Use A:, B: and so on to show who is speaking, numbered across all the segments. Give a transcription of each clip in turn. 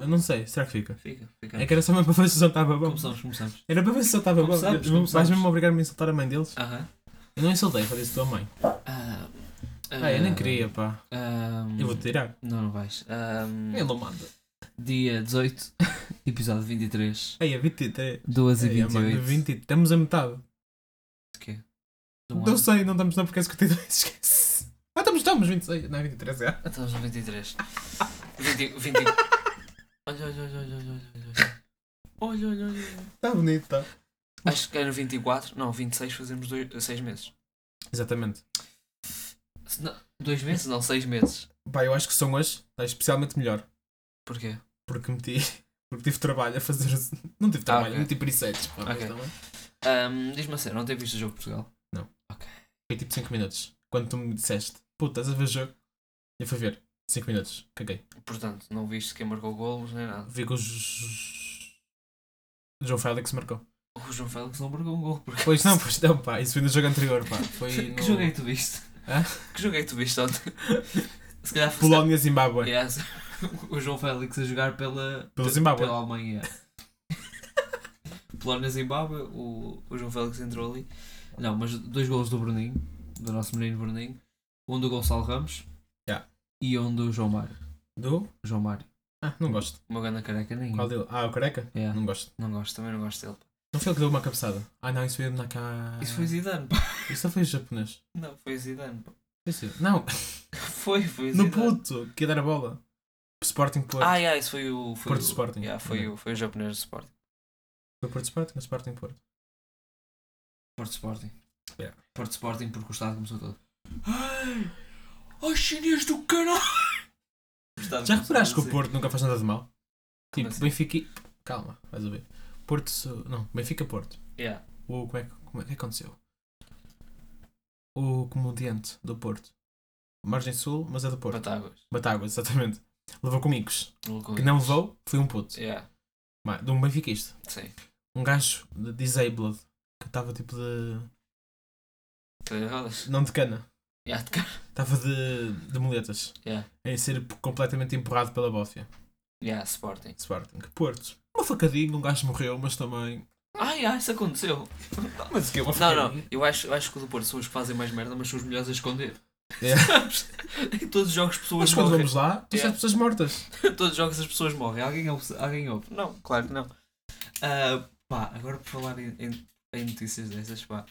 A: Eu não sei, será que fica?
B: Fica, fica.
A: É que era só mesmo para ver se o som estava bom.
B: Começamos, começamos.
A: Era para ver se o som estava bom.
B: Começamos,
A: Vais
B: começamos.
A: mesmo obrigar-me a insultar a mãe deles?
B: Aham.
A: Eu não insultei, falei isso tua mãe.
B: Ah,
A: Ah, eu nem
B: ah,
A: queria, pá.
B: ah,
A: Eu vou tirar.
B: Não, não vais. Ah,
A: Ele não manda.
B: dia 18, episódio 23,
A: Aí, é 23.
B: 12 e
A: Ei, é, mano,
B: 28.
A: 20, estamos a metade.
B: Quê? De um
A: Não
B: ano.
A: sei, não estamos não porque é 52, esquece. Ah, estamos, estamos, 26, não é 23, é.
B: Estamos no 23. 20, 20. Olha, olha, olha, olha, olha, olha, olha. Olha, olha, olha, olha.
A: Está Tá bonito, está.
B: Acho que era 24, não, 26 fazemos 6 meses.
A: Exatamente.
B: Se não- Dois meses? Não, 6 meses.
A: Pá, eu acho que o som hoje está especialmente melhor.
B: Porquê?
A: Porque meti. Porque tive trabalho a fazer. os- Não tive trabalho,
B: Ah, ok.
A: meti presets. Pá, mas
B: Ok.
A: também.
B: Ahm, Diz-me a sério, não teve visto o jogo de Portugal?
A: Foi tipo 5 minutos. Quando tu me disseste, puta, estás a ver jogo? Eu fui ver. 5 minutos. Caguei.
B: Portanto, não viste quem marcou golos nem nada.
A: Vi que o J- João Félix marcou.
B: O João Félix não marcou um gol. Porque...
A: Pois não, pois não, pá. Isso foi no jogo anterior, pá. Foi
B: Que,
A: no...
B: que jogo é que tu viste?
A: Hã?
B: Que jogo é que tu viste ontem? Se calhar fosse.
A: Polónia-Zimbábue.
B: Yeah, se- o João Félix a jogar pela,
A: Pelo
B: pe-
A: Zimbábue.
B: pela Alemanha. Polónia Zimbábue, o, o João Félix entrou ali. Não, mas dois golos do Bruninho, do nosso menino Bruninho. Um do Gonçalo Ramos
A: Yeah.
B: e um do João Mário.
A: Do?
B: João Mário,
A: Ah, não gosto.
B: uma grande careca nem.
A: Qual dele? Ah, o Careca?
B: Hum. Yeah.
A: Não gosto.
B: Não gosto, também não gosto dele.
A: Não foi ele que deu uma cabeçada? Ah, não, isso foi o Naka...
B: Isso foi Zidane, pá.
A: Isso não foi o japonês.
B: Não, foi Zidane, pá.
A: Foi sim. Não,
B: Foi, foi
A: no
B: Zidane.
A: puto, que ia dar a bola. Sporting Porto.
B: Ah, yeah, isso foi o. Foi
A: Porto
B: o,
A: Sporting.
B: Yeah, foi, o, foi o japonês do Sporting.
A: Foi Porto Sporting ou Sporting Porto?
B: Porto Sporting.
A: Yeah.
B: Porto Sporting, porque o Estado começou todo. Ai! Ai, chinês do caralho! O Estado
A: Já
B: começou
A: reparaste que
B: a
A: o Porto nunca faz nada de mal?
B: Como
A: Tipo,
B: assim?
A: Benfica e... Calma, vais ouvir. Porto... Su- Não, Benfica Porto.
B: dizer- Yeah.
A: O... Como é que... Como é que aconteceu? O comediante do Porto. Margem Sul, mas é do Porto.
B: Batáguas.
A: Batáguas, exatamente. Levou com Micos.
B: Loucura.
A: Que não levou, foi um puto.
B: Yeah,
A: Mas, De um benfiquista.
B: sim.
A: um gajo de- disabled que estava tipo de.
B: Cadeira de rodas.
A: não de cana,
B: Yeah, de cara.
A: estava de, de muletas,
B: Yeah.
A: em ser p- completamente empurrado pela bófia.
B: Yeah, Sporting.
A: Sporting. Porto. Uma facadinha, um gajo morreu, mas também.
B: Ai, ai, Ah, isso aconteceu.
A: Mas o que é uma
B: Não, não, eu acho, eu acho que o do Porto são os que fazem mais merda, mas são os melhores a esconder.
A: É.
B: Sabes? em todos os jogos pessoas
A: Mas quando
B: morrem.
A: vamos lá, tu
B: Yeah.
A: yeah. pessoas mortas.
B: Em todos os jogos as pessoas morrem. Alguém ouve? Alguém ouve? Não, claro que não. Ah, pá, agora por falar em, em- em notícias dessas, pá.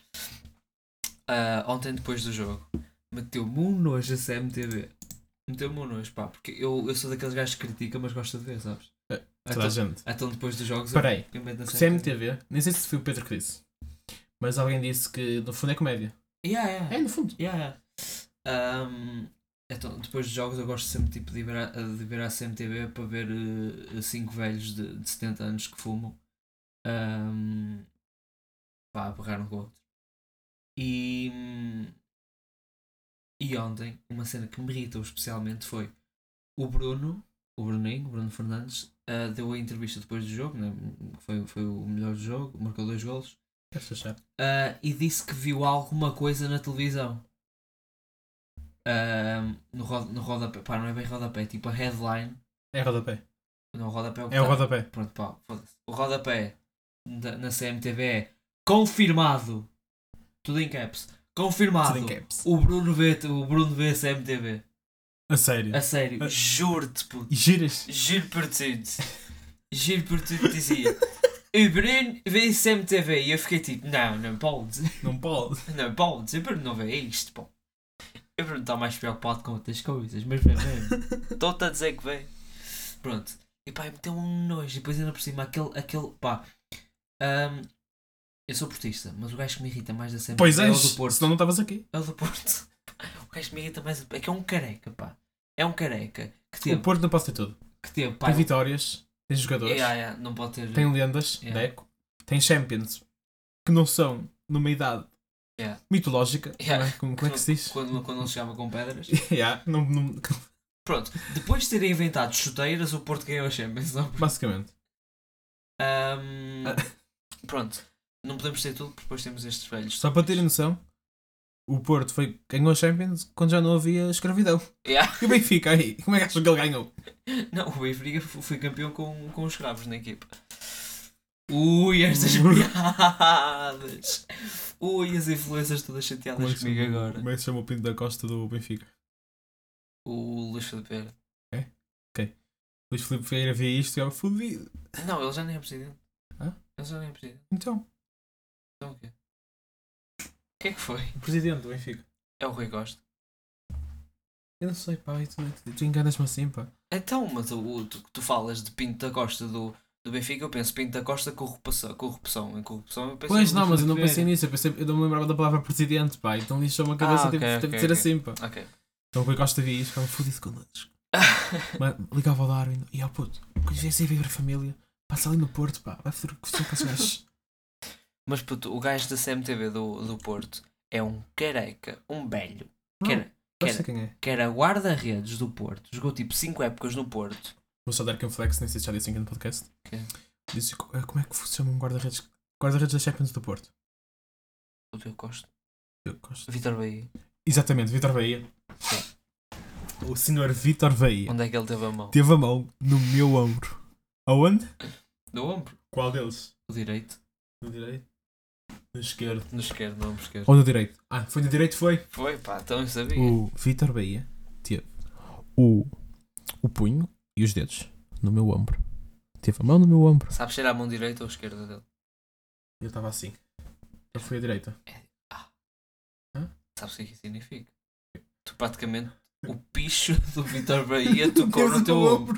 B: Ah, ontem depois do jogo, meteu-me um nojo a CMTV. Meteu-me um nojo, pá, porque eu, eu sou daqueles gajos que critica, mas gosta de ver, sabes?
A: É, Toda a
B: Então,
A: gente.
B: então depois dos jogos eu-
A: Espera aí.
B: eu meto na CMTV.
A: CMTV, nem sei se foi o Pedro que disse, mas alguém disse que no fundo é comédia.
B: Yeah, yeah.
A: É, no fundo.
B: Yeah. Um, então, depois dos jogos eu gosto sempre tipo, de, ir à, de ver a CMTV para ver 5 velhos de, de 70 anos que fumam um, pá, a berrar um com o outro. E, e ontem, uma cena que me irritou especialmente foi o Bruno, o Bruninho, o Bruno Fernandes, ah, deu a entrevista depois do jogo, né? foi, foi o melhor do jogo, marcou dois golos,
A: Queres achar?
B: ah, e disse que viu alguma coisa na televisão. Ah, no, roda, no rodapé, pá, não é bem rodapé, tipo a headline.
A: É rodapé.
B: Não, o rodapé o que
A: É o
B: tá-
A: rodapé.
B: Pronto, pá, foda-se. O rodapé da- na CMTV é confirmado. Tudo em caps. Confirmado.
A: Tudo em caps.
B: O Bruno vê, o Bruno vê a CMTV.
A: A sério.
B: A sério,
A: Ah.
B: juro-te, puto.
A: E giras.
B: Juro por tudo. Giro por tudo dizia. O Bruno vê CMTV. E eu fiquei tipo, não, não pode.
A: Não pode.
B: Não, bom, sempre não vê é isto, pô. Eu não estou mais preocupado com outras coisas, mas vem mesmo. Estou-te a dizer que vem. Pronto. E pá, meteu um nojo. E depois ainda por cima, aquele, aquele pá. ahm, eu sou portista, mas o gajo que me irrita mais da sempre
A: Pois
B: é,
A: é,
B: o do Porto.
A: senão não estavas aqui.
B: É o do Porto. O gajo que me irrita mais é que é um careca, pá. É um careca que
A: O
B: teve,
A: Porto não pode ter tudo.
B: que teve, pá. um- É,
A: Tem vitórias, tem jogadores.
B: yeah, yeah, não pode ter.
A: tem um- lendas,
B: Uhum. Yeah.
A: Deco, tem champions que não são numa idade
B: Yeah.
A: mitológica, não é?
B: Yeah.
A: como, como é que se diz?
B: Quando, quando ele chegava com pedras.
A: Yeah, não- não-
B: Pronto, depois de terem inventado chuteiras, o Porto ganhou a Champions, não
A: basicamente.
B: Ahm,
A: Ah.
B: Pronto, não podemos ter tudo porque depois temos estes velhos.
A: Só para terem noção, o Porto foi, ganhou a Champions quando já não havia escravidão.
B: Yeah.
A: E o Benfica aí, como é que acham que ele ganhou?
B: Não, o Benfica f- foi campeão com, com os escravos na equipa. Ui, estas piadas! Ui, as influências todas chateadas
A: Como é que
B: comigo
A: chama-
B: agora.
A: Como é que se chama o Pinto da Costa do Benfica?
B: O Luís de Pera.
A: Luís Filipe Vieira vê isto e é fodido.
B: Não, ele já nem é presidente.
A: Hã?
B: Ele já nem é presidente.
A: Então,
B: Então o quê? O que é que foi?
A: o presidente do Benfica.
B: É o Rui Costa.
A: Eu não sei, pá, e tu, tu, tu enganas-me assim, pá.
B: Então, mas o, o- tu, tu falas de Pinto da Costa do, do Benfica, eu penso Pinto da Costa corrupção. corrupção. Em corrupção eu penso
A: Pois
B: no
A: não,
B: Luís
A: mas eu não
B: Filipe
A: pensei
B: Vieira.
A: nisso, eu, pensei, eu não me lembrava da palavra presidente, pá, então lixou-me a cabeça
B: Ah,
A: teve,
B: ok,
A: teve de
B: ok,
A: ser
B: ok.
A: assim, pá.
B: Ok.
A: Então o Rui Costa via isso, ficava fodido connosco. Mas ligava ao Darwin e ao puto, quando viesse a é viver a família, passa ali no Porto, pá, vai fazer o que com os gajos.
B: Mas puto, o gajo da CMTV do, do Porto é um careca, um velho, que
A: Não,
B: era,
A: não sei quem é.
B: que era guarda-redes do Porto, jogou tipo 5 épocas no Porto.
A: Vou só dar aqui um flex, nem sei se já disse aqui no podcast.
B: Ok.
A: Disse, co- eh, como é que se chama um guarda-redes? Guarda-redes da Champions do Porto.
B: O teu Costa,
A: Eu gosto.
B: Vitor Bahia,
A: Exatamente, Vitor Bahia. O senhor Vitor Bahia
B: onde é que ele teve a mão?
A: teve a mão no meu ombro. Aonde? Tipo-
B: No ombro,
A: Qual deles?
B: no direito,
A: No direito? No esquerdo.
B: no esquerdo, no ombro esquerdo.
A: Ou no direito? Ah, foi no direito, foi?
B: Foi pá, então eu sabia.
A: O Vitor Bahia teve o, o punho e os dedos no meu ombro. Teve a mão no meu ombro.
B: Sabes se era a mão direita ou esquerda dele?
A: Eu estava assim. Eu fui à direita.
B: Sabes o que é que isso significa? Tu praticamente o picho do Vitor Bahia tocou
A: Teve
B: no teu
A: o
B: ombro.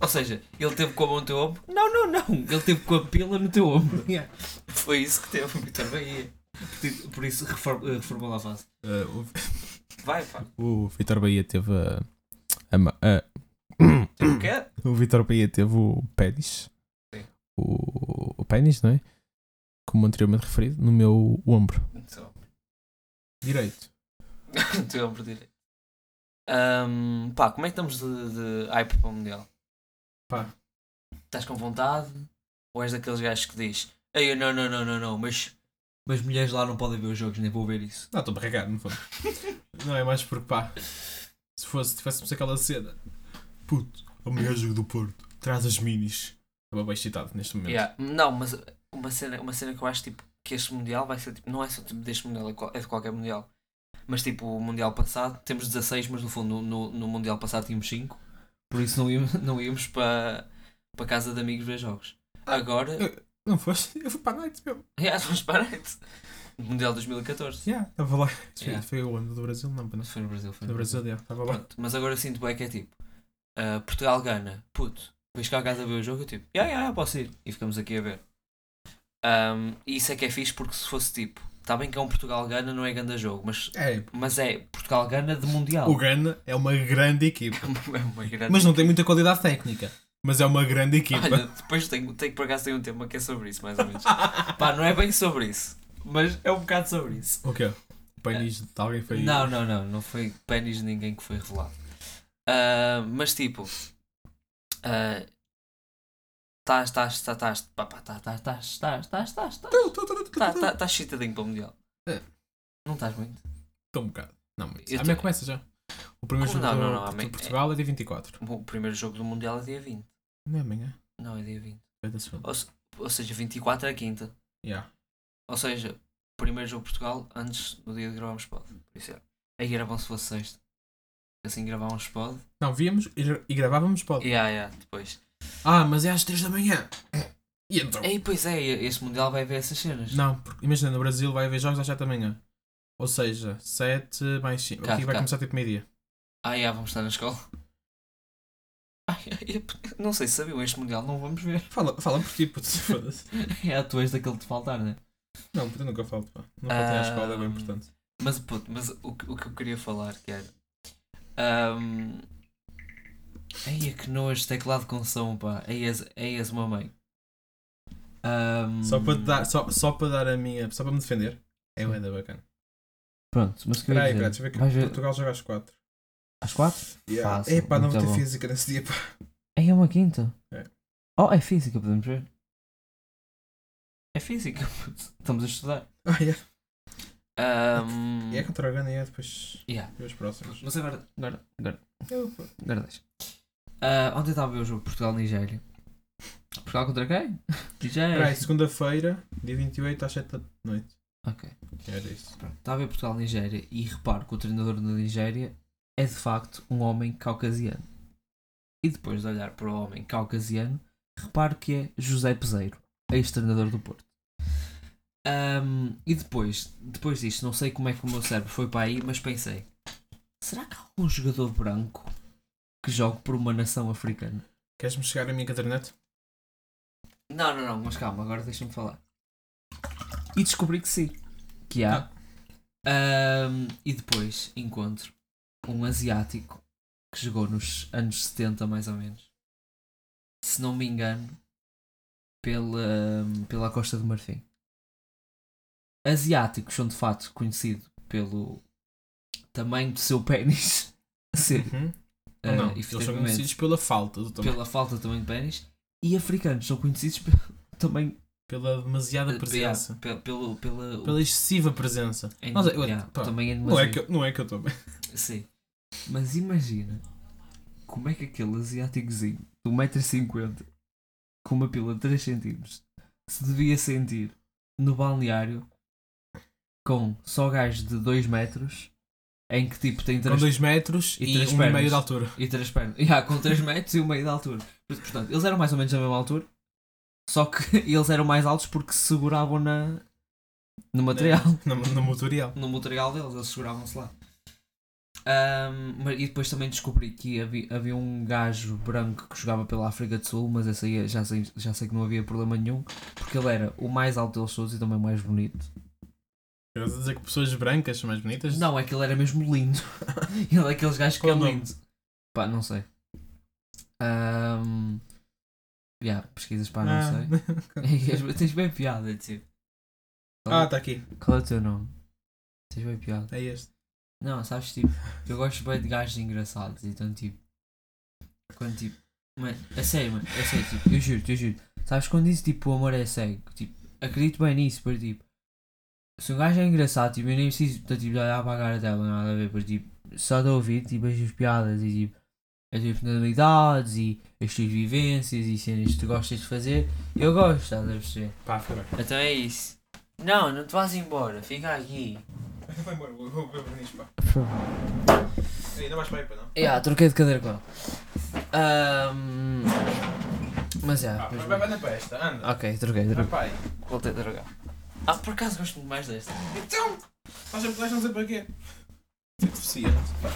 B: Ou seja, ele teve com a mão no teu ombro? Não, não, não. Ele teve com a pila no teu ombro.
A: Yeah.
B: Foi isso que teve o Vitor Bahia. Por- Por isso reform- eh, reformula a fase.
A: Eh, o-
B: Vai, pá.
A: O Vitor Bahia teve a. a ma- a-
B: O quê?
A: o Vitor Bahia teve o pênis.
B: Sim.
A: O, o pênis, não é? Como anteriormente referido, no meu ombro.
B: Só.
A: Direito.
B: então, No teu ombro direito. Ahm, pá, como é que estamos de, de hype para o Mundial?
A: Pá.
B: Estás com vontade? Ou és daqueles gajos que diz Ei, não, não, não, não, não, mas, mas mulheres lá não podem ver os jogos, nem vou ver isso.
A: Não, estou barrigado, no fundo. não é mais porque pá. Se fosse, tivéssemos aquela cena. Puto, o melhor jogo do Porto. Traz as minis. Estava bem excitado neste momento.
B: Yeah, Não, mas uma cena, uma cena que eu acho tipo, que este Mundial vai ser tipo, não é só tipo, deste Mundial, é qual- é de qualquer Mundial. Mas tipo, o Mundial passado temos 16, mas no fundo no, no Mundial passado tínhamos 5, por isso não íamos, não íamos para, para casa de amigos ver jogos. Agora,
A: Eu- Não foste? Eu fui para a noite mesmo.
B: yeah, vamos para a net. Mundial 2014.
A: Yeah, estava lá.
B: Yeah.
A: Foi o ano do Brasil, não,
B: Mas
A: mas
B: foi no Brasil, foi
A: do
B: no
A: Brasil, yeah, estava lá.
B: Pronto, mas agora sinto bem que é tipo, ah, Portugal gana, puto, vais cá a casa ver o jogo, eu tipo, yeah, yeah, posso ir. E ficamos aqui a ver. Ahm, e isso é que é fixe porque se fosse tipo, está bem que é um Portugal gana, não é ganda jogo, mas,
A: É,
B: mas é Portugal gana de Mundial.
A: o Gana é uma grande equipa.
B: é uma grande...
A: Mas não tem muita qualidade técnica. Mas é uma grande equipa.
B: Olha, depois tenho, tenho por acaso tem um tema que é sobre isso, mais ou menos. Pá, não é bem sobre isso, mas é um bocado sobre isso.
A: O quê? O pênis de alguém foi.
B: Não, não, não, não foi pênis de ninguém que foi revelado. Ah, mas tipo, ah, estás, estás, estás, estás, estás, estás, estás, estás chitadinho para o Mundial.
A: É.
B: Não estás muito.
A: Estou um bocado. Não, mas.
B: Eu
A: Amanhã
B: tô-
A: começa já. O primeiro
B: Como não,
A: jogo do-
B: não, não,
A: de
B: amanhã-
A: Portugal é dia 24.
B: O primeiro jogo do Mundial é dia 20.
A: Não é amanhã.
B: Não, é dia 20.
A: É da segunda.
B: Ou, se- ou seja, 24 é a quinta.
A: Yeah.
B: Ou seja, primeiro jogo de Portugal antes do dia de gravarmos pod. Por isso é. Aí era bom se fosse sexta. Assim gravávamos pod.
A: Não, víamos e gra- e gravávamos pode.
B: Yeah, yeah, depois.
A: Ah, mas é às 3 da manhã. E então.
B: Ei, pois é, este Mundial vai ver essas cenas.
A: Não, porque imagina, no Brasil vai haver jogos às 7 da manhã. Ou seja, 7 mais 5.
B: Cá,
A: Aqui vai
B: cá.
A: começar tipo meio-dia.
B: Ah, já, vamos estar na escola. Ai, ai, não sei se sabiam, este Mundial não vamos ver.
A: Fala, fala por ti, puto, se foda-se.
B: É, tu és daquele de faltar, né?
A: Não, puto, eu nunca falo, pá. Não faltei à
B: Ah.
A: escola, é bem importante.
B: Mas, puto, mas o, que- o que eu queria falar que era. ahm, Ai, é que nojo, teclado com som, pá. Aí és, aí és uma mãe. Ahm,
A: Só para, te dar, só, só para dar a minha. Só para me defender. É o Eda bacana.
B: Pronto, mas o que eu
A: Espera aí,
B: ia
A: pera,
B: dizer.
A: deixa eu ver que
B: Vais ver
A: Portugal joga às 4.
B: às quatro?
A: Yeah.
B: Fácil,
A: Epá, não vou
B: muito
A: ter
B: bom.
A: física nesse dia, pá.
B: Aí é uma quinta.
A: É.
B: Oh, é física, podemos ver. É física, puto. Estamos a estudar.
A: Ah, Oh, yeah.
B: Ahm,
A: E é contra a Gana e é depois.
B: Yeah.
A: Meus próximos.
B: Mas agora, agora, agora,
A: Eu-
B: agora deixa. Ah, ontem estava a ver o jogo Portugal-Nigéria. Portugal contra quem? Nigéria.
A: Peraí, segunda-feira, dia 28 às 7 da noite.
B: Ok.
A: Era isso.
B: Pronto, Estava a ver Portugal-Nigéria e reparo que o treinador da Nigéria é de facto um homem caucasiano. E depois de olhar para o homem caucasiano, reparo que é José Peseiro, ex-treinador do Porto. Ahm, e depois, depois disto, não sei como é que o meu cérebro foi para aí, mas pensei: será que há algum jogador branco que jogue por uma nação africana?
A: Queres-me chegar à minha caderneta?
B: Não, não, não, mas calma, agora deixa-me falar. E descobri que sim, que há.
A: Ah.
B: Ahm, e depois encontro um asiático que jogou nos anos 70, mais ou menos. Se não me engano, pela, pela Costa do Marfim. Asiáticos são de fato conhecidos pelo tamanho do seu pênis. Sim.
A: Uhum.
B: ah,
A: Ou não? Eles são
B: efetivamente
A: conhecidos pela falta do tamanho.
B: pela falta de tamanho de pênis e africanos são conhecidos pelo tamanho
A: Pela demasiada presença.
B: pelo, pelo, pela-
A: Pela excessiva presença.
B: em-
A: Nossa, eu-
B: yeah,
A: pá,
B: também é
A: Não é,
B: demasiado-
A: que eu, não é que eu estou bem.
B: Sim. Mas imagina como é que aquele asiáticozinho de 1,50m com uma pila de 3cm se devia sentir no balneário com só gajos de 2 metros em que tipo tem
A: Com
B: três
A: 2 metros
B: e
A: e
B: três
A: 1,5 um e
B: pernas.
A: meio de altura.
B: e três pernas. Yeah, com 3 metros e o meio de altura. Portanto, eles eram mais ou menos da mesma altura, só que eles eram mais altos porque se seguravam na, no material.
A: Na, no motorial.
B: No material deles, eles seguravam-se lá. Ahm, mas- e depois também descobri que havia, havia um gajo branco que jogava pela África do Sul, mas esse aí é, já sei, já sei que não havia problema nenhum, porque ele era o mais alto deles todos e também o mais bonito.
A: Estás a dizer que pessoas brancas são mais bonitas?
B: Não, é que ele era mesmo lindo. ele é aqueles gajos que é
A: Qual o nome?
B: lindo. Pá, não sei. Ahm, yeah, pesquisas pá, não sei. E Tens bem piada, tipo.
A: ah, está aqui.
B: Qual é o teu nome? Tens bem piada.
A: É este.
B: Não, sabes, tipo, eu gosto bem de gajos engraçados, então, tipo, quando, tipo, mano, a sério, mano, a sério, tipo, eu juro, eu juro, sabes, quando disse, tipo, o amor é cego, tipo, acredito bem nisso, porque, tipo, se um gajo é engraçado, tipo, eu nem preciso, portanto, tipo, de olhar para a cara dela, nada a ver, porque, tipo, só de ouvir, tipo, as tuas piadas e, tipo, as tuas personalidades e as tuas vivências e cenas que tu gostas de fazer, eu gosto, estás a perceber?
A: Pá, fica bem.
B: Então é isso. Não, não te vás embora, fica aqui.
A: Vai embora, vou vou ver o verniz, pá. Ainda mais para aí, pá, não?
B: Yeah, troquei de cadeira com ela. Ahm, mas é.
A: Ah,
B: pois bem.
A: vai, vai, vai para esta, anda.
B: ok, troquei,
A: Vai
B: troquei.
A: para aí.
B: Voltei a drogar. Ah, por acaso gosto muito mais desta.
A: Então, estás a pular, não sei para quê. É deficiente, pá.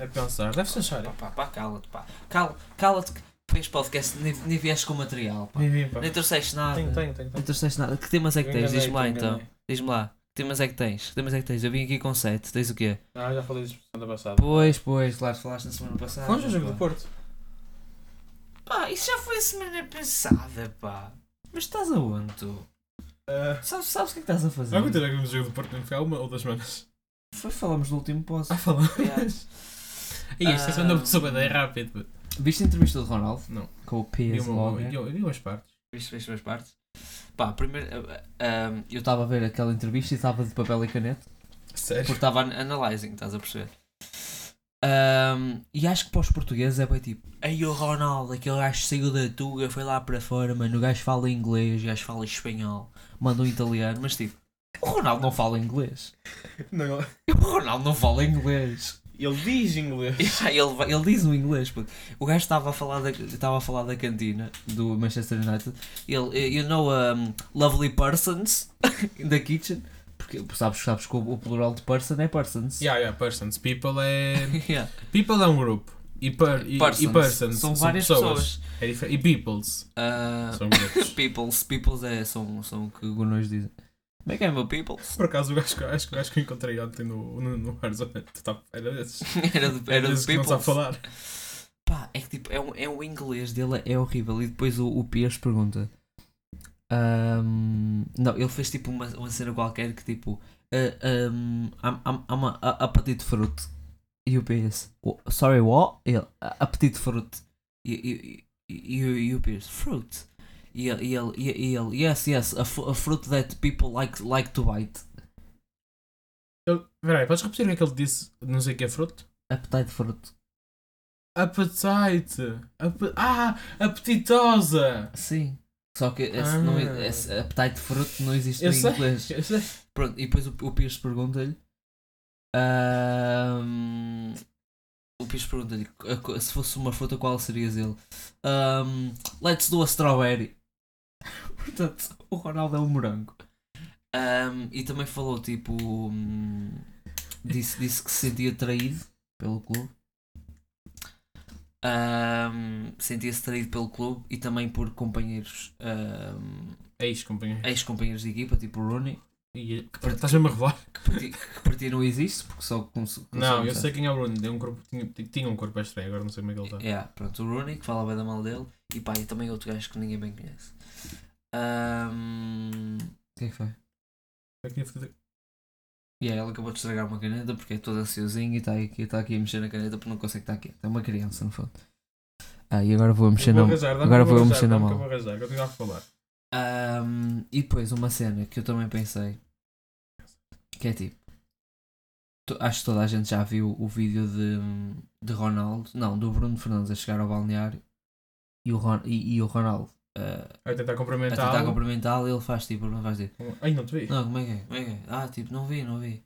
A: É pensar, deve-se achar.
B: Pá, pá, pá, cala-te, pá. Cala- Cala-te que fez podcast, nem, nem vieste com material, pá.
A: Vem, vem, pá.
B: Nem trouxeste nada.
A: Tenho, tenho, tenho.
B: Nem
A: tenho.
B: trouxeste nada. Que temas é que
A: Eu
B: tens?
A: enganei,
B: Diz-me lá
A: eu
B: então.
A: enganei.
B: Diz-me lá. Que temas é que tens? Que temas é que tens? Eu vim aqui com 7. Tens o quê?
A: Ah, já falei disso na semana passada.
B: Pois, pois, claro, falaste na semana passada.
A: Vamos ao jogo do
B: pá.
A: Porto.
B: Pá, isso já foi a semana passada, pá. Mas estás aonde tu?
A: Ah,
B: Sabes, sabes o que é que estás a fazer?
A: Vai continuar com o jogo do Porto, nem ficar uma ou duas semanas.
B: Foi, falamos no último pós.
A: Ah, falamos. E esta
B: Ah.
A: segunda pessoa é rápido, pá.
B: Viste a entrevista do Ronaldo?
A: Não.
B: Com o
A: Eu
B: PS
A: vou-
B: Blogger?
A: Eu eu vi umas partes.
B: Viste, viste as partes? Pá, primeiro. ah, ah, ah, eu estava a ver aquela entrevista e estava de papel e caneta.
A: Sério?
B: Porque estava an- analyzing, estás a perceber? Ahm, e acho que para os portugueses é bem tipo. Aí o Ronaldo, aquele gajo saiu da Tuga, foi lá para fora, mano. O gajo fala inglês, o gajo fala espanhol, manda um italiano, mas tipo. O Ronaldo não fala inglês.
A: Não,
B: O Ronaldo não fala inglês.
A: ele diz inglês.
B: Yeah, ele, vai- ele diz o inglês, puto. O gajo estava a falar da, estava a falar da cantina do Manchester United. Ele, you know, um, lovely persons in the kitchen. Porque sabes, sabes que o, o plural de person é persons.
A: Yeah, yeah, persons. People é.
B: Yeah.
A: People é um grupo. E, per... e- e persons.
B: São várias pessoas.
A: É diferente. E peoples
B: Ah,
A: são grupos.
B: peoples. Peoples é, são, são o que gonões dizem. Como é que é, meu peoples?
A: Por acaso, o gajo, que- acho que o gajo que eu encontrei ontem no, no, no Warzone tá- era desses.
B: Era do, era do
A: desses É que não
B: peoples.
A: sabe falar.
B: Pá, é que tipo, é, um, é o inglês dele é horrível. E depois o, o Piers pergunta. ahm, não, ele fez tipo uma, uma cena qualquer que tipo. ah, ahm, I'm, I'm, I'm a, a, a petite fruit. E o Piers. "Wha- Sorry, what? Ele, a, a petite fruit. E, e, e, e- e o Piers. Fruit. E ele, e ele, e ele yes, yes, a, fu- a fruit that people like, like to bite.
A: Ele... Peraí, podes repetir o que é que ele disse? Não sei o que é fruto?
C: Appetite fruto.
A: Appetite! Ape- Ah! Apetitosa!
C: Sim. Só que esse, não,
A: Ah.
B: é,
C: esse appetite fruto não existe
A: Eu
C: em
A: sei.
C: inglês.
A: Eu sei.
C: Pronto, e depois o, o Pierce pergunta-lhe. ahm, o Pierce pergunta-lhe a co- se fosse uma fruta, qual serias ele? Ahm, let's do a strawberry. Portanto, o Ronaldo é um morango. Ahm, e também falou, tipo. hum, disse, disse que se sentia traído pelo clube. Ahm, Sentia-se traído pelo clube e também por companheiros, ahm,
A: Eis, É companheiro.
C: ex-companheiros de equipa, tipo o Rooney
A: E- é- Estás-me a me revelar?
C: que para ti- que para ti não existe, porque só começou.
A: Não, eu sei quem é o Bruno. Tem um corpo, tinha, tinha um corpo estranho, agora não sei como é que ele está.
B: Yeah, pronto, o Rooney, que fala bem da mal dele, e pá, e também outro gajo que ninguém bem conhece. Ahm,
C: Quem foi?
A: Eu queria fazer-
B: e aí, ele acabou de estragar uma caneta porque é todo ansiosinho e está aqui, está aqui a mexer na caneta porque não consegue estar aqui. É uma criança, no fundo. Ah, e agora vou mexer
A: Vou
B: na
A: arranjar, dá-me
C: agora
A: que
C: vou
A: arranjar,
C: mexer na
A: dá-me é que
C: mão.
A: eu vou arranjar, continua a falar.
B: Ahm, e depois uma cena que eu também pensei que é tipo to- acho que toda a gente já viu o vídeo de, de Ronaldo, não, do Bruno Fernandes a chegar ao balneário e o, Ron- e, e o Ronaldo ah,
A: Vai tentar
B: a
A: cumprimentar.
B: tentar cumprimentá-lo e ele faz tipo, não faz tipo,
A: Ai, não te vi.
B: não, como é que é? Como é que é? Ah, tipo, não vi, não vi.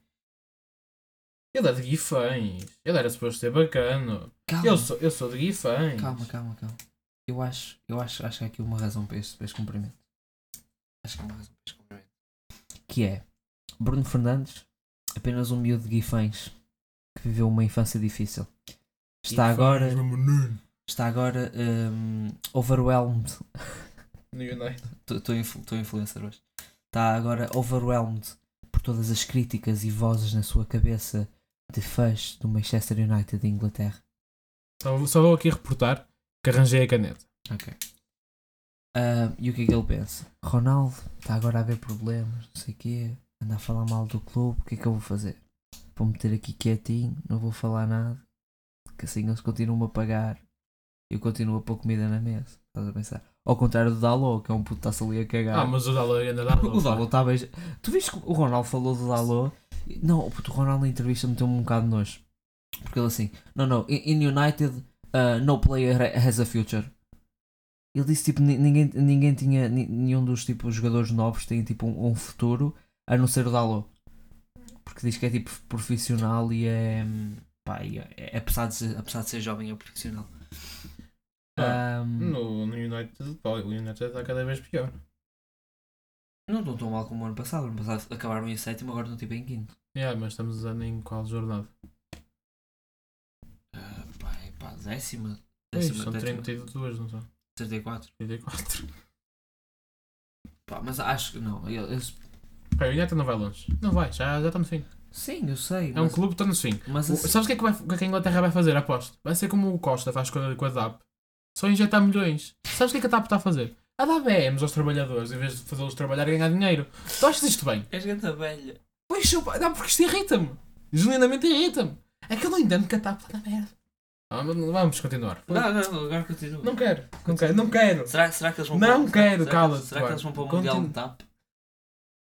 A: Ele é de Guifães. Ele era suposto ser bacano.
B: Calma,
A: Eu sou, eu sou de Guifães.
B: calma, calma, calma. Eu acho, eu acho, acho que há aqui uma razão para este, para este cumprimento. Acho que há uma razão para este cumprimento. Que é
C: Bruno Fernandes, apenas um miúdo de Guifães, que viveu uma infância difícil. Está
A: Guifães,
C: agora,
A: meu menino.
C: está agora hum, overwhelmed.
A: No United.
C: Estou influencer hoje. Está agora overwhelmed por todas as críticas e vozes na sua cabeça de fãs do Manchester United de Inglaterra.
A: Só, vou- só vou aqui reportar que arranjei a caneta.
C: Ah, e o que é que ele pensa? Ronaldo está agora a haver problemas, não sei o quê, anda a falar mal do clube, o que é que eu vou fazer? Vou meter aqui quietinho, não vou falar nada, que assim eles continuam a pagar, eu continuo a pôr comida na mesa. Estás a pensar? Ao contrário do Dalot, que é um puto que está-se ali a cagar.
A: Ah, mas o Dalo ainda dá
C: O Dalot está a beijar. Tu viste que o Ronaldo falou do Dalot? Não, puto, o Ronaldo na entrevista meteu-me um bocado de nojo. Porque ele assim, não, não, in in United uh, no player has a future. Ele disse tipo, ni- ninguém, ninguém tinha, ni- nenhum dos tipo, jogadores novos tem tipo um, um futuro a não ser o Dalot. Porque diz que é tipo profissional e é. hum, Pá, e é, é- apesar, de ser, apesar de ser jovem, é profissional. Um,
A: Ah,
C: Ahm,
A: No, no United, pá, o United está cada vez pior.
B: não estão tão mal como o ano passado. O ano passado acabaram em sétimo, agora estão tipo em quinto.
A: Yeah, mas estamos usando em qual jornada?
B: Ah, pá, é pá, décima,
A: Pois,
B: décima,
A: são
B: décima
A: 32, não são?
B: 34.
A: 34.
B: Pá, mas acho que não. Eu- eu-
A: Pá, o United não vai longe. Não vai, já, já está no fim.
B: sim, eu sei.
A: É um
B: mas,
A: clube que está no fim.
B: mas
A: O-
B: assim-
A: Sabes o que, é que vai- o que é que a Inglaterra vai fazer, aposto? Vai ser como o Costa faz com a, com a DAP. Só injetar milhões. Sabes o que é que a DAP está a fazer? A DAP é M's aos trabalhadores, em vez de fazê-los trabalhar e ganhar dinheiro. Tu achas isto bem?
B: És ganda velha.
A: Pois, seu pai, não, porque isto irrita-me. Genuinamente irrita-me. É que eu não entendo que a DAP está na merda. Ah, mas não- Vamos continuar.
B: Não, não, não, agora continua.
A: Não quero, não quero, não quero.
B: Será, será que eles vão
A: Não
B: para-
A: quero,
B: será,
A: cala-te,
B: Será que eles vão para o
A: Duarte.
B: Mundial de TAP?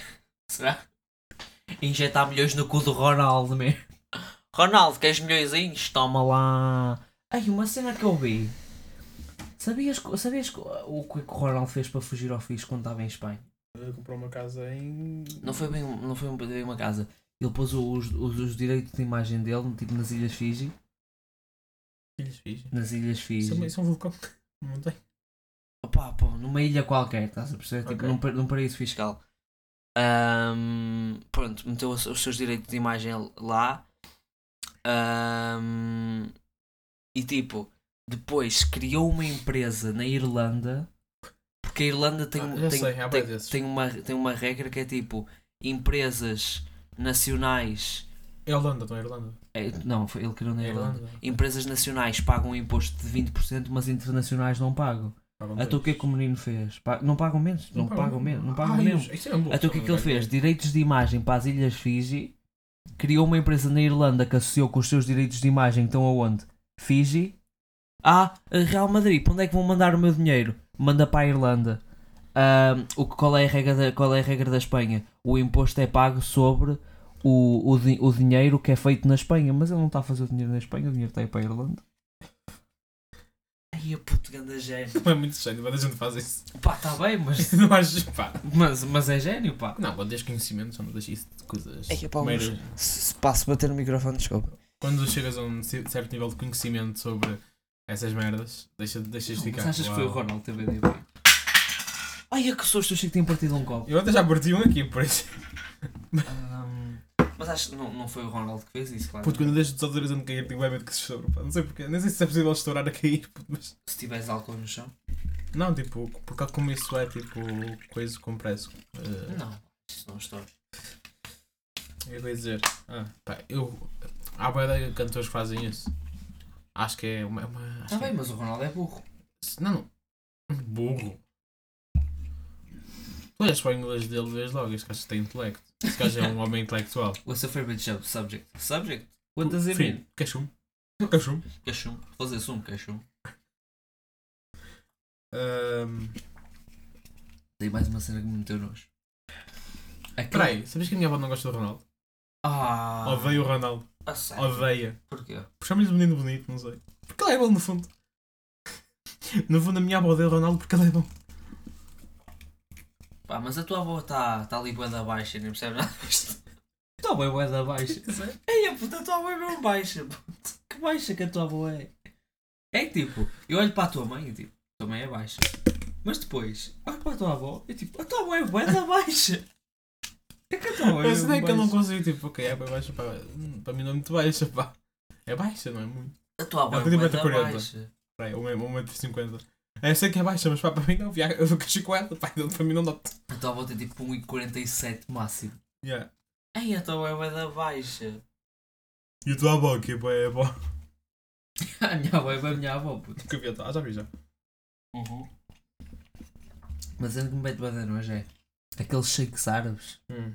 B: Será? Injetar milhões no cu do Ronaldo mesmo. Ronaldo, queres milhõezinhos? Toma lá.
C: lá. Ai, uma cena que eu vi. Sabias, co- sabias co- o
B: é
C: que o Ronaldo fez para fugir ao fisco quando estava em Espanha?
A: Comprou uma casa em.
B: Não foi bem, um, não foi bem uma casa.
C: Ele pôs os, os, os direitos de imagem dele, tipo nas Ilhas Fiji.
A: Filhos, filhos.
C: Nas Ilhas
A: Isso é um-
C: Fiji.
A: isso é um vulcão. Não tem.
C: Opá, pô, numa ilha qualquer, estás a perceber? Tipo
A: Ok.
C: num, pa- num paraíso fiscal.
B: Fiscal. Ahm, pronto, meteu os, os seus direitos de imagem lá. Ahm, e tipo, depois criou uma empresa na Irlanda. Porque a Irlanda tem,
A: Ah,
B: um-
A: já
B: tem,
A: sei, há bué
B: tem,
A: desses.
B: tem uma, tem uma regra que é tipo: empresas nacionais.
A: É Holanda, não é Irlanda?
B: eh, Não, foi ele criou na
A: É
B: Irlanda.
A: Irlanda.
B: Empresas nacionais pagam um imposto de 20%, mas internacionais não pagam. Até o que é que o menino fez? Pa- Não pagam menos, não, pagam Ah, menos, não pagam
A: Ai,
B: menos.
A: Isso é um
B: Então o que é que ele
A: vulcão,
B: fez? Direitos de imagem para as Ilhas Fiji, criou uma empresa na Irlanda que associou com os seus direitos de imagem que estão aonde? Fiji. Ah, Real Madrid, para onde é que vão mandar o meu dinheiro? Manda para a Irlanda. Ahm, o que, qual, é a regra da, qual é a regra da Espanha? O imposto é pago sobre
C: o, o, di- o dinheiro que é feito na Espanha, mas ele não está a fazer o dinheiro na Espanha, o dinheiro está a ir para a Irlanda.
B: Ai, a puto ganda gênio.
A: Não é muito gênio, mas a gente faz isso.
B: Pá, está bem, mas,
A: Não acho, pá.
B: mas, mas é gênio, pá.
A: Não, quando tens conhecimento, só não deixas isso de coisas.
B: Ei, pá,
A: Primeiro,
B: Se, se passo bater no microfone, desculpa.
A: quando chegas a um ci- certo nível de conhecimento sobre essas merdas, deixa, deixas de ficar.
B: Mas achas que foi o
A: uau.
B: Ronaldo que teve a ideia? pá? Ai, é que sou estou que tinha partido um copo.
A: Eu até já parti um aqui, por isso.
B: Ahm, Hum, mas acho que não, não foi o Ronaldo que fez isso, claro.
A: Puto, quando eu deixo de desodorizante cair, tenho bem é medo que se estouro, pá. Não sei porquê. Nem sei se é possível estourar a cair, puto, mas...
B: Se tivesse álcool no chão.
A: Não, tipo, por causa como isso é, tipo, coisa compresso. Eh,
B: Não, isso não é estou.
A: Eu vou dizer, ah, pá, eu. Há boia de cantores que fazem isso. Acho que é uma. é uma- acho
B: Está
A: que é-
B: bem, mas o Ronaldo é burro.
A: Não, não. Burro. Tu olhas para o inglês dele, vês logo, este gajo tem intelecto. Este gajo é um homem intelectual.
B: What's your favorite job? Subject. Subject? What does it mean?
A: Sim, cachum. Cachum.
B: Cachum. Fazer sumo, cachum.
A: Ahm,
B: Tem mais uma cena que me meteu nojo. Aquele-
A: Espera aí, sabes que a minha avó não gosta do Ronaldo?
B: Ah.
A: Odeia o Ronaldo.
B: A sério?
A: Odeia.
B: Porquê?
A: Chama-lhe de menino bonito, não sei. Porque ele é bom, no fundo. No fundo, a minha avó odeia o Ronaldo porque ele é bom.
B: Pá, mas a tua avó está tá ali bué da baixa, nem percebe nada disto. Está Tá bem bué da baixa. Ei, a puta, a tua avó é mesmo baixa, puto. Que baixa que a tua avó é. É que tipo, eu olho para a tua mãe e tipo, a tua mãe é baixa. Mas depois, olho para a tua avó e tipo, a tua avó é bué da baixa. É que a tua avó é
A: Mas
B: mesmo
A: não é que eu não
B: baixa.
A: consigo, tipo, ok, é bem baixa, pá. hum, Para mim não é muito baixa, pá. É baixa, não é muito.
B: A tua avó
A: Ela
B: é
A: tem
B: bué da
A: 1,40.
B: baixa.
A: Peraí, ou é 1,50m. Eu sei que é baixa, mas pá, para mim não, viaga, eu cresci com ela, pá, então para mim não dá.
B: A tua avó tem tipo 1,47 máximo.
A: Yeah.
B: Ei, a tua avó é bué da baixa.
A: E a tua avó, que pá, é bom.
B: A minha avó é bué a minha avó, puto.
A: Que vi a tua- ah, já vi já.
B: Uhum. Mas ainda que me mete bué da nojo é aqueles shakes árabes
A: Hum,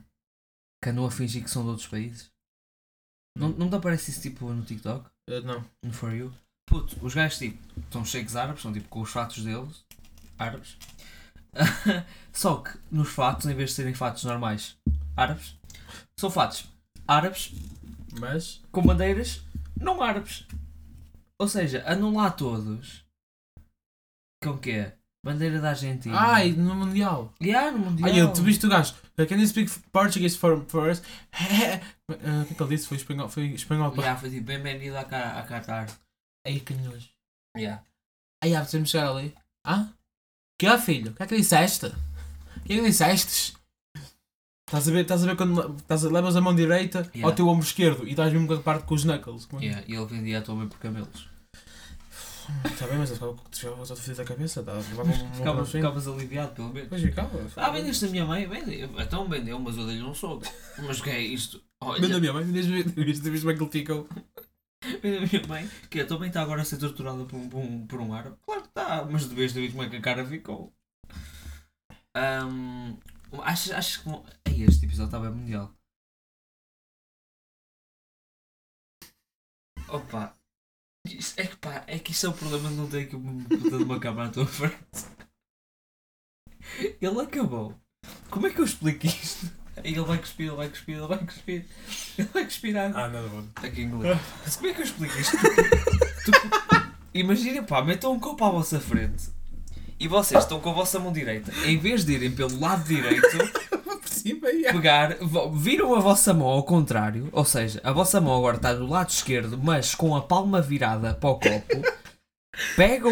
B: que andam a fingir que são de outros países. Não, não te aparece isso tipo no TikTok?
A: Eh, não.
B: No Um For You? Puto, os gajos tipo, são shakes árabes, são tipo com os fatos deles, árabes. Só que nos fatos, em vez de serem fatos normais árabes, são fatos árabes
A: Mas.
B: com bandeiras não árabes. Ou seja, andam lá todos com o quê? Bandeira da Argentina.
A: Ai, no Mundial.
B: Yeah, no Mundial.
A: Ai, eu, tu viste o gajo. Uh, Can you speak Portuguese for, for us? Uh, o que é que ele disse? Foi espanhol. Foi espanhol pá.
B: Yeah, foi tipo, bem-vindo a, Ca- a Qatar.
A: Ai, que nojo.
B: Yeah.
A: Ai, há de chegar ali. Ah? Que é, filho? O que é que disseste? O que é que dissestes? Estás a ver, estás a ver quando estás a- levas a mão direita
B: Yeah.
A: ao teu ombro esquerdo e dás mesmo com a parte com os knuckles. Como é que-
B: Yeah, e ele vendia a tua mãe por camelos.
A: Está tá bem, mas acaba que te chegavas a fugir da cabeça. Tá? Levava um- um- um-
B: Ficavas, ficavas aliviado, pelo menos.
A: Pois ficava.
B: Ah, vendeste a minha mãe? Vende. Então vendeu, mas eu dei-lhe um soco. Mas o que é isto? Olha,
A: Vendo a minha mãe, viste viste- viste como é que ele ficou.
B: vende a minha mãe. Que a tua mãe está agora a ser torturada por um, por um, por um árabe? Claro que está, mas de vez de ver como é que a cara ficou. Ahm, achas, achas que... vão- Ei, este episódio está bem mundial. Opa. Isto- é que pá, é que isto é o problema de não ter aqui uma puta de uma câmara à tua frente. Ele acabou. Como é que eu explico isto? Ele vai cuspir, ele vai cuspir, ele vai cuspir. Ele vai cuspir água.
A: Ah, nada bom.
B: Tá Aqui em inglês.
A: Ah.
B: Mas como é que eu explico isto? Tu- imagina pá, metam um copo à vossa frente. E vocês estão com a vossa mão direita. Em vez de irem pelo lado direito,
A: Por cima, ia.
B: pegar, vo- viram a vossa mão ao contrário, ou seja, a vossa mão agora está do lado esquerdo, mas com a palma virada para o copo, pegam,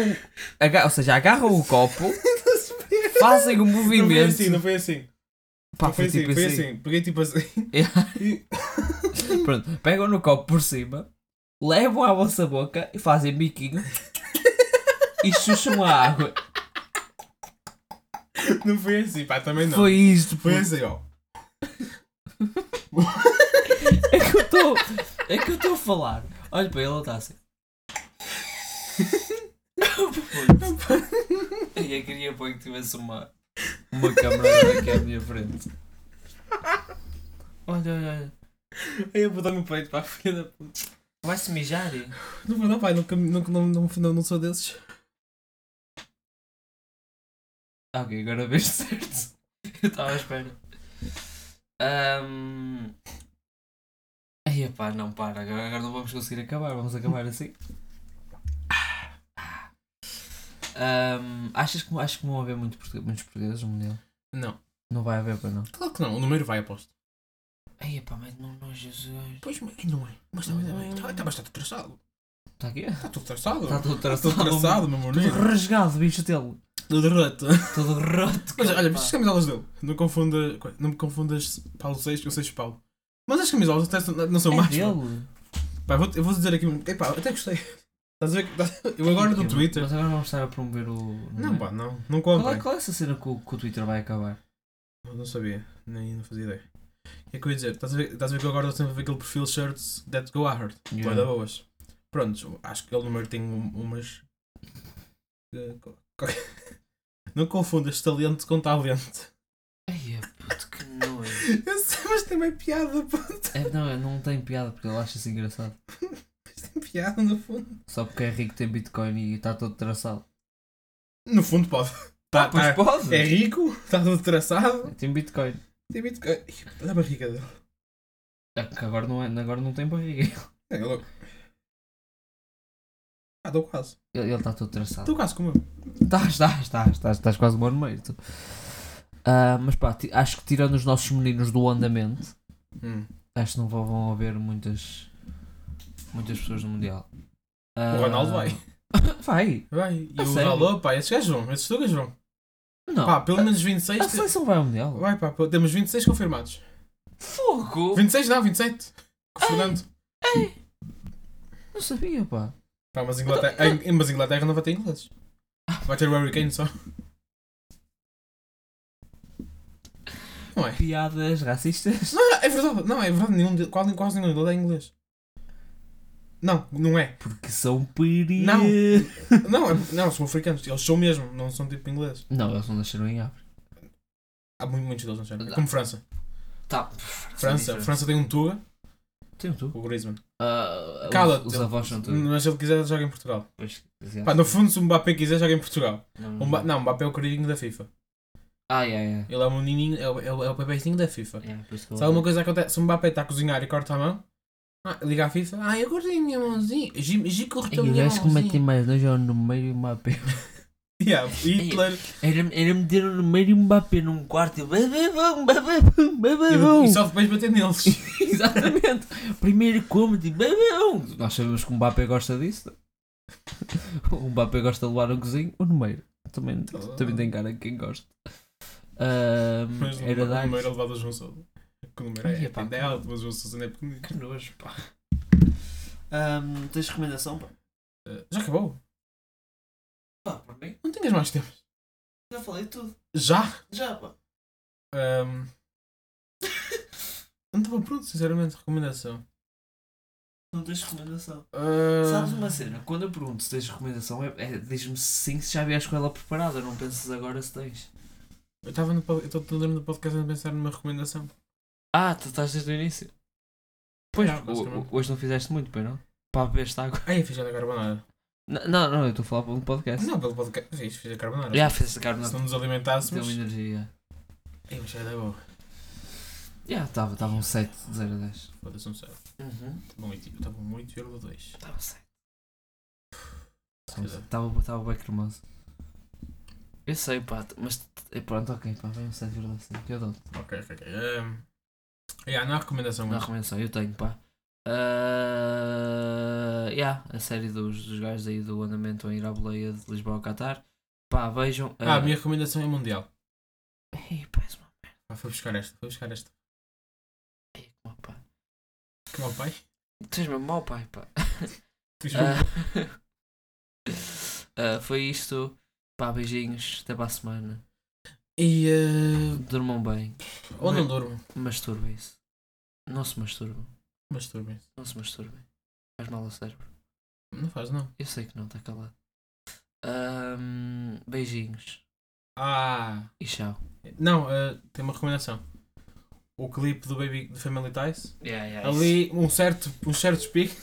B: aga- ou seja, agarram o copo, fazem o
A: Não foi
B: movimento.
A: assim, não foi assim.
B: Pá,
A: não foi assim,
B: tipo
A: foi
B: assim.
A: assim. Peguei tipo assim.
B: Pronto, pegam no copo por cima, levam à vossa boca e fazem biquinho e chucham a água.
A: Não foi assim, pá, também não.
B: Foi isto,
A: Foi
B: puto.
A: assim, ó.
B: É que eu estou. É que eu estou a falar. Olha para ele, ele está assim. Eu queria pôr que tivesse uma. Uma câmera aqui à minha frente. Olha, olha, olha.
A: Aí eu vou dar no peito, pá, filha da puta.
B: Vai-se mijar? hein?
A: Não vou, não, pai, nunca, nunca, não, não, não, não sou desses.
B: Ah, Ok, agora vês certo. Eu estava à espera. Ahm, Ai, epá, não para. Agora, agora não vamos conseguir acabar. Vamos acabar assim. Ahm, achas que, acho que vão haver muito portu- muitos portugueses no Mundial?
A: Não.
C: Não vai haver para não.
A: Claro que não, o número vai, aposto.
B: Ai, epá, mas não, não, Jesus.
A: Pois, mas não é. Mas também
C: Não é.
A: não Está bastante traçado.
B: Está Tá aqui?
A: Está tudo traçado.
B: Está
A: Está
B: todo
A: tá tudo
B: Tá traçado.
A: traçado, meu bonito.
C: Rasgado, bicho dele.
A: Tudo roto.
B: Todo roto.
A: Mas olha,
B: pá.
A: mas as camisolas dele. Não, confunda, coi- não me confundas Paulo VI com Seixo Paulo. Mas as camisolas até são- não são
C: É
A: más. pá.
C: dele.
A: Pá, vou, eu vou dizer aqui um. Epá, até gostei. Estás a ver? que- Eu agora no
B: Eu-
A: Twitter.
B: Mas agora vamos estar a promover o.
A: Não,
B: é?
A: pá, não. Não
B: Qual é,
A: comprem.
B: qual é essa cena que é o, que o Twitter vai acabar?
A: Não, não sabia. Nem não fazia ideia. O que é que eu ia dizer? Estás a ver, estás a ver que eu agora estou sempre a ver aquele perfil shirts that go hard. Yeah.
B: Yeah.
A: boas. Prontos, acho que ele número tem um- umas. eh, co- co- Não confundas talento com talento.
B: Ai, é puto, que nojo.
A: Eu sei, mas tem uma piada, puto.
C: É, não, não tem piada porque ele acha-se engraçado.
A: Mas tem piada no fundo.
C: Só porque é rico, tem bitcoin e está todo traçado.
A: No fundo pode. Tá,
B: Ah, pois
A: tá-
B: pode!
A: É rico, está tudo traçado.
C: Tem bitcoin.
A: Tem muito. Olha a barriga dele.
C: É que agora não, é, agora não tem barriga.
A: É, ele- Ah, estou quase.
C: Ele está todo traçado.
A: Estou quase como eu.
C: Estás, estás, estás, estás, estás quase um ano e meio. tu. Ah, mas pá, ti- acho que tirando os nossos meninos do andamento,
A: Hum.
C: acho que não vão- vão haver muitas, muitas pessoas no Mundial. Ah,
A: O Ronaldo vai.
C: Vai.
A: Vai. E
C: A Tá
A: o
C: sério?
A: Dalô, pá, esses gajos vão. Esses tugas vão.
C: Não. Tá.
A: Pá, pelo
C: A-
A: menos
C: a,
A: 26. te-
C: seleção vai ao Mundial.
A: Vai, pá, pô, temos 26 confirmados.
B: Fogo!
A: 26 não, 27. Com o Fernando.
C: Não sabia, pá.
A: Pá, mas Inglaterra,
C: Então,
A: em- mas Inglaterra não vai ter ingleses. Vai ter o Harry Kane só.
C: Ah.
A: Não é?
C: Piadas racistas.
A: Não, é verdade. Não, é verdade. Nenhum, de- quase, quase nenhum deles é inglês. Não, não é.
C: Porque são peri.
A: Não. Não, é- não, são africanos. Eles são mesmo, não são tipo ingleses.
C: Não, eles não nasceram em África.
A: Há mu- muitos deles não são. É Como França.
B: Tá.
A: França, França tem um Tuga,
C: Tem um tu.
A: o Griezmann.
C: Ah,
A: Cala-te.
C: Os, os avós são todos.
A: Mas se ele quiser, joga em Portugal. Pá,
C: ah,
A: no fundo, se o Mbappé quiser, joga em Portugal. O Mba- Não, o Mbappé é o queridinho da FIFA.
B: Ah, é, é.
A: Ele é o menininho, é o, é o, é o bebezinho da FIFA.
B: É, por isso que eu-
A: Se alguma coisa acontece, se o Mbappé está a cozinhar e corta a mão, ah, liga à FIFA, ah, eu cortei a minha mãozinha, Gi Gi
C: E
A: cortou a
C: o
A: minha
C: gajo que mete
A: mãozinha.
C: mais dois é o no meio e o Mbappé.
A: Yeah, Hitler.
C: Era, era meter no meio e um Mbappé num quarto e bababum, bababum, bababum.
A: E, e só depois bater neles.
C: Exatamente. Primeiro comedy, bababum. Nós sabemos que o Mbappé gosta disso. O Mbappé gosta de levar o cozinho. O Numeiro também, também tem cara de quem gosta. Ahm,
A: Mas
C: era
A: o
C: dar
A: número é levado a João Sousa. Que o número
B: Ai,
A: é,
B: epá,
A: ainda é alto, mas o João Sousa ainda é pequenino.
B: Que nojo, pá. tens recomendação, pá?
A: Ah, já acabou?
B: Pá, por mim?
A: Não tinhas mais tempo.
B: Já falei tudo.
A: Já?
B: Já, pá.
A: Ahm, não estava pronto, sinceramente, recomendação.
B: Não tens recomendação.
A: Ah,
B: Sabes uma cena? Quando eu pergunto se tens recomendação, é, é, diz-me sim se já vies com ela preparada. Não penses agora se tens.
A: Eu estava no pod- eu estou dentro do podcast a pensar numa recomendação.
B: Ah, tu estás desde o início. Pois,
A: Ah,
B: o-
A: basicamente.
B: o- hoje não fizeste muito, pois não? Para beber esta água.
A: Ai, eu fiz já da carbonara.
B: N- Não, não, eu estou a falar para um podcast.
A: Não, pelo podcast. Fiz, fiz a carbonara.
B: Já fizeste carne
A: Se
B: na
A: não nos
B: deu
A: alimentássemos.
B: energia.
A: Ei, mas já era bom.
B: Já, estava estava um 7 de 0 a 10.
A: Foda-se, não sei.
B: Uhum.
A: Estava muito, estava muito e eu dou um dois.
B: Estava 7.
A: Se calhar.
B: Estava estava bem cremoso. Eu sei, pá, t- mas t- t- pronto, ok, pá, vem um 7,5. Eu dou-te.
A: Ok, ok, ok. Ahm, yeah, não há recomendação.
B: Não há
A: Não.
B: recomendação, eu tenho, pá. Ah, yeah, a série dos, dos gajos aí do andamento em Iraboleia de Lisboa ao Catar. Pá, vejam.
A: Ah, a minha recomendação é mundial.
B: Ei, pá, és uma merda.
A: Ah, foi buscar esta, foi buscar esta.
B: Ei, como é, pá.
A: Que mau é pai.
B: Tu és mesmo mau pai, pá.
A: Fiz um-
B: Ah, ah, foi isto. Pá, beijinhos. Até para a semana.
A: E. ah,
B: Durmam bem.
A: ou não durmo.
B: Masturbem-se. Não se masturbem.
A: Mas durmo.
B: Não se masturbem. Faz mal ao cérebro.
A: Não faz, não.
B: Eu sei que não, está calado. Ahm, beijinhos.
A: Ah.
B: E tchau.
A: Não, ah, tem uma recomendação. O clipe do Baby do Family Ties.
B: Yeah, yeah,
A: Ali, um certo, uns certos picos.